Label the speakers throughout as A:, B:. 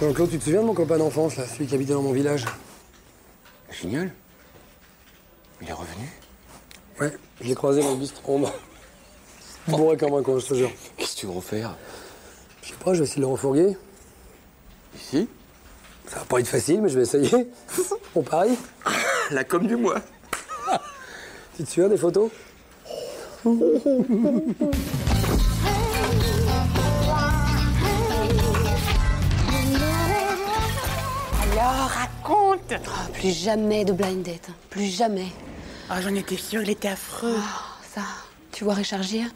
A: Donc Claude, tu te souviens de mon copain d'enfance, là, celui qui habitait dans mon village
B: Gignol Il est revenu
A: Ouais, je l'ai croisé dans le bus trombe. Bourré comme un con, je te jure.
B: Qu'est-ce que tu veux refaire
A: Je sais pas, je vais essayer de le refourguer.
B: Ici
A: Ça va pas être facile, mais je vais essayer. On parie
B: La com du mois
A: Tu te souviens des photos
C: Alors, raconte
D: Oh, plus jamais de blind date. hein. Plus jamais.
C: Oh, j'en étais sûre, il était affreux.
D: Ça, tu vois Richard Gere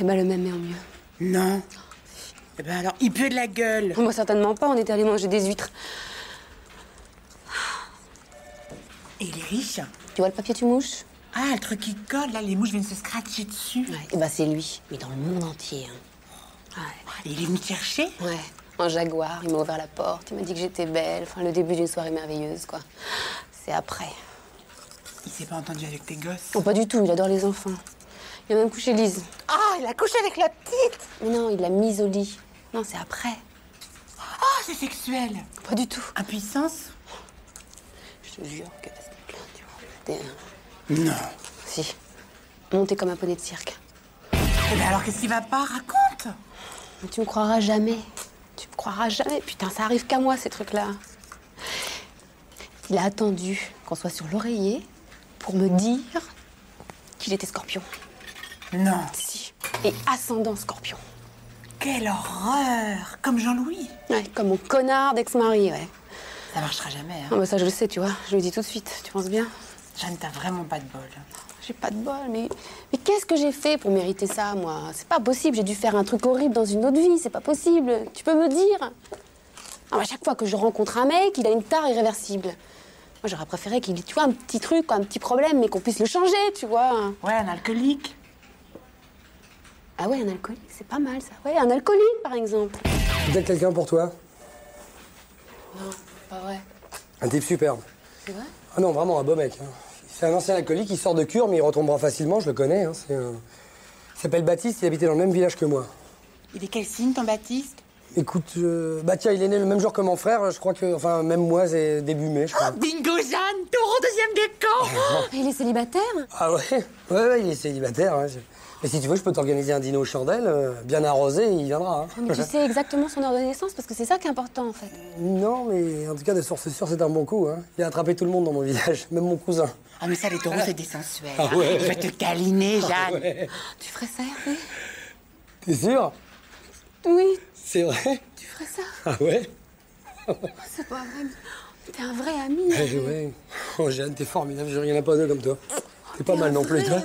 D: Eh ben le même mais en mieux.
C: Non. Eh ben alors, il puait de la gueule.
D: Moi certainement pas, on était allés manger des huîtres.
C: Et il est riche.
D: Tu vois le papier tu mouches
C: Ah, le truc qui colle, là, les mouches viennent se scratcher dessus.
D: Ouais, eh ben c'est lui, mais dans le monde entier. hein.
C: Et il est venu te chercher
D: Ouais. Ouais. En jaguar, il m'a ouvert la porte, il m'a dit que j'étais belle. Enfin, le début d'une soirée merveilleuse, quoi. C'est après.
C: Il s'est pas entendu avec tes gosses.
D: Oh, pas du tout, il adore les enfants. Il a même couché Lise.
C: Ah, il a couché avec la petite
D: Mais non, il l'a mise au lit. Non, c'est après.
C: Oh, c'est sexuel
D: Pas du tout.
C: Impuissance
D: Je te jure que c'était
C: Non.
D: Si. Monté comme un poney de cirque.
C: Eh ben alors, qu'est-ce qui va pas Raconte
D: Mais Tu me croiras jamais. Tu me croiras jamais. Putain, ça arrive qu'à moi, ces trucs-là. Il a attendu qu'on soit sur l'oreiller pour me dire qu'il était scorpion.
C: Non.
D: Si. Et ascendant scorpion.
C: Quelle horreur Comme Jean-Louis.
D: Ouais, comme mon connard d'ex-mari, ouais.
C: Ça marchera jamais,
D: Ah
C: hein.
D: bah ça, je le sais, tu vois. Je lui dis tout de suite. Tu penses bien
C: Jeanne, t'as vraiment pas de bol.
D: J'ai pas de bol, mais, mais qu'est-ce que j'ai fait pour mériter ça, moi C'est pas possible, j'ai dû faire un truc horrible dans une autre vie, c'est pas possible. Tu peux me dire Ah, À chaque fois que je rencontre un mec, il a une tare irréversible. Moi, j'aurais préféré qu'il ait, tu vois, un petit truc, quoi, un petit problème, mais qu'on puisse le changer, tu vois.
C: Ouais, un alcoolique.
D: Ah ouais, un alcoolique, c'est pas mal, ça. Ouais, un alcoolique, par exemple.
A: Peut-être quelqu'un pour toi
D: Non, pas vrai.
A: Un type superbe.
D: C'est vrai
A: Ah non, vraiment, un beau mec. hein. C'est un ancien alcoolique, il sort de cure, mais il retombera facilement, je le connais. hein, c'est, euh, Il s'appelle Baptiste, il habitait dans le même village que moi.
C: Il est quel signe, ton Baptiste
A: Écoute, euh, bah tiens, il est né le même jour que mon frère, je crois que... Enfin, même moi, c'est début mai, je crois.
C: Bingo, Jeanne Taureau, deuxième décan
D: Mais Oh, Il est célibataire
A: Ah ouais Ouais, ouais, il est célibataire. hein. Je- Mais si tu veux, je peux t'organiser un dîner aux chandelles, euh, bien arrosé, il viendra. hein.
D: Ah, Mais tu sais exactement son heure de naissance, parce que c'est ça qui est important, en fait.
A: Non, mais en tout cas, de source sûre, c'est un bon coup. hein. Il a attrapé tout le monde dans mon village, même mon cousin.
C: Ah, mais ça, les taureaux, c'est des sensuels.
A: Ah
C: hein.
A: ouais.
C: Je vais te câliner, Jeanne.
D: Ah, Tu ferais ça, Hervé
A: T'es sûr
D: Oui,
A: C'est vrai
D: tu ferais ça.
A: Ah ouais
D: C'est pas vrai. mais T'es un vrai ami.
A: Eh ouais. Oh, Jeanne, t'es formidable, il n'y en a pas deux comme toi. T'es pas
D: T'es
A: mal
D: un
A: non plus,
D: vrai
A: toi.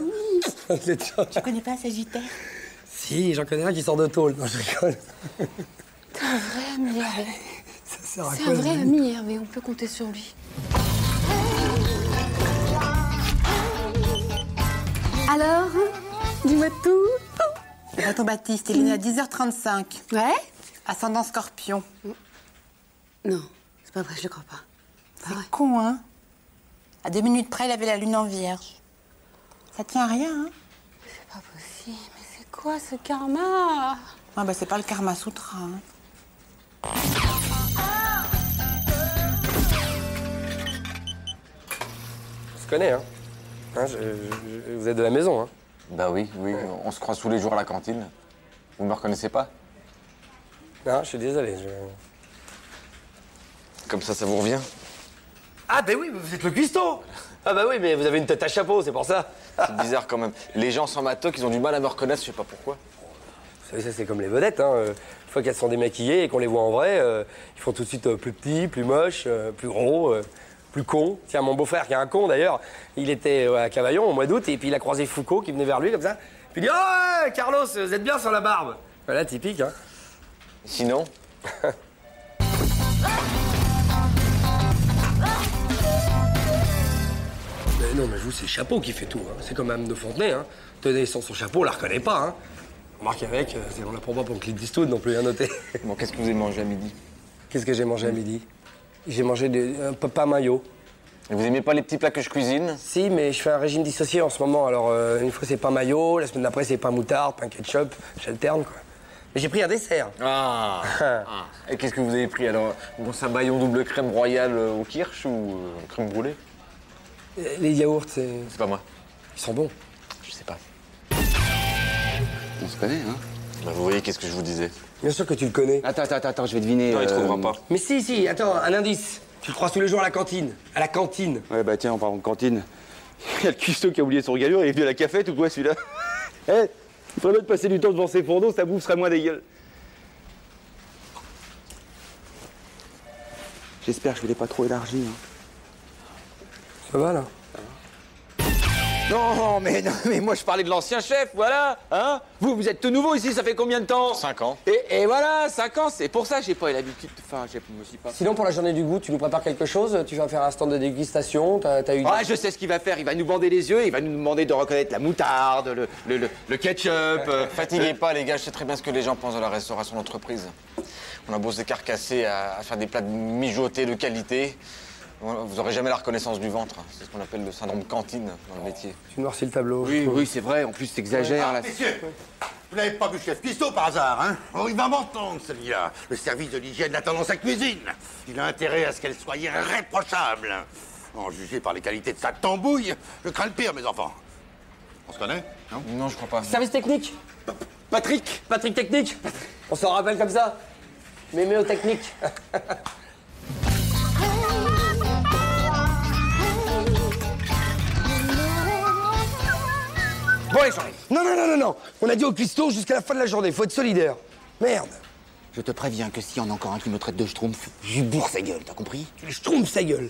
D: ami.
A: Les tiens, tu-
C: Tu connais pas Sagittaire
A: si, j'en connais un qui sort de tôle. Non, je rigole.
D: T'es un vrai ami, Hervé.
A: Ça sert à
D: C'est
A: quoi,
D: un vrai
A: Jeanne
D: ami, Hervé. On peut compter sur lui. Alors Dis-moi tout.
C: Eh ben, Ton Baptiste, il est né à 10h35.
D: Ouais
C: Ascendant scorpion.
D: Non, c'est pas vrai, je le crois pas.
C: C'est con, hein À deux minutes près, il avait la lune en vierge. Ça tient à rien, hein
D: C'est pas possible. Mais c'est quoi ce karma
C: Ah bah c'est pas le Karma Sutra. hein.
E: On se connaît, hein. Hein, je- je- je- vous êtes de la maison, hein.
B: Bah oui, oui, on se croise tous les jours à la cantine. Vous me reconnaissez pas
E: Non, je suis désolé. je-
B: Comme ça, ça vous revient
E: Ah, ben oui, vous êtes le cuistot Ah, bah oui, mais vous avez une tête à chapeau, c'est pour ça.
B: C'est bizarre quand même. Les gens sans ma toque, ils ont du mal à me reconnaître, je sais pas pourquoi.
E: Vous savez, ça, c'est comme les vedettes, hein. euh, Une fois qu'elles sont démaquillées et qu'on les voit en vrai, euh, ils font tout de suite euh, plus petits, plus moches, euh, plus gros, euh, plus cons. Tiens, mon beau-frère, qui est un con d'ailleurs, il était euh, à Cavaillon au mois d'août et puis il a croisé Foucault qui venait vers lui comme ça. Puis il dit Oh, Carlos, vous êtes euh, bien sans la barbe Voilà, typique. Hein.
B: Sinon,
E: Mais non, mais vous, c'est Chapeau qui fait tout. hein. C'est comme Mme de Fontenay. Hein. Tenez, sans son chapeau, on la reconnaît pas. Hein. Remarque avec, euh, c'est- on la prend pas pour Clint Eastwood non plus, hein, à noter.
B: bon, qu'est-ce que vous avez mangé à midi
E: Qu'est-ce que j'ai mangé à midi J'ai mangé des- un papa mayo.
B: Et Vous aimez pas les petits plats que je cuisine
E: Si, mais je fais un régime dissocié en ce moment. Alors, euh, une fois, c'est pain mayo, la semaine d'après, c'est pain moutarde, pain ketchup. J'alterne, quoi. Mais j'ai pris un dessert.
B: ah, Ah. Et qu'est-ce que vous avez pris alors Bon, c'est un baillon double crème royale euh, au kirsch ou euh, crème brûlée
E: Euh, Les yaourts, c'est-
B: C'est pas moi.
E: ils sont bons.
B: Je sais pas.
F: On se connaît, hein
B: Bah, vous voyez qu'est-ce que je vous disais
E: Bien sûr que tu le connais.
F: Attends, attends, attends, je vais deviner. euh,
B: Non, il trouvera pas.
E: Mais si, si, attends, un indice. Tu le croises tous les jours à la cantine. À la cantine.
F: Ouais, bah tiens, on part en cantine. Il y a le cuistot qui a oublié son galure, il est venu à la cafette ou quoi celui-là Eh, il faudrait mieux de passer du temps devant ses fourneaux, sa bouffe serait moins dégueule. J'espère que je ne l'ai pas trop élargi. hein.
E: Ça va, là
G: Non, mais non, mais moi je parlais de l'ancien chef, voilà, hein Vous, vous êtes tout nouveau ici, ça fait combien de temps
B: Cinq ans.
G: Et, et voilà, 5 ans, c'est pour ça que j'ai pas eu l'habitude, de- enfin, je me suis pas...
E: Sinon, pour la journée du goût, tu nous prépares quelque chose Tu vas faire un stand de dégustation T'as t'as eu.
G: Ah, je sais ce qu'il va faire, il va nous bander les yeux, il va nous demander de reconnaître la moutarde, le, le, le- le ketchup... euh,
B: Fatiguez pas, les gars, je sais très bien ce que les gens pensent de la restauration d'entreprise. On a beau se carcasser à, à faire des plats mijotés de qualité. on- Vous aurez jamais la reconnaissance du ventre. C'est ce qu'on appelle le syndrome cantine dans le métier.
E: Tu noircis le tableau. je
G: Oui,
E: trouve.
G: oui, c'est vrai, en plus t'exagères,
H: Ah,
G: là...
I: Ah, Messieurs, vous n'avez pas vu Chef Cuistot par hasard, hein Oh, il va m'entendre, celui-là. Le service de l'hygiène attend dans sa cuisine. Il a intérêt à ce qu'elle soit irréprochable. En jugé par les qualités de sa tambouille, je crains le pire, mes enfants. On se connaît Non
B: Non, je crois pas.
E: Service technique Patrick Patrick Technique On s'en rappelle comme ça Méméo Technique Bon les gens Non, non, non, non, non On a dit au cuistot jusqu'à la fin de la journée, faut être solidaire Merde
G: Je te préviens que s'il y en a encore un qui me traite de schtroumpf, je bourre sa gueule, t'as compris
E: Je trompe sa gueule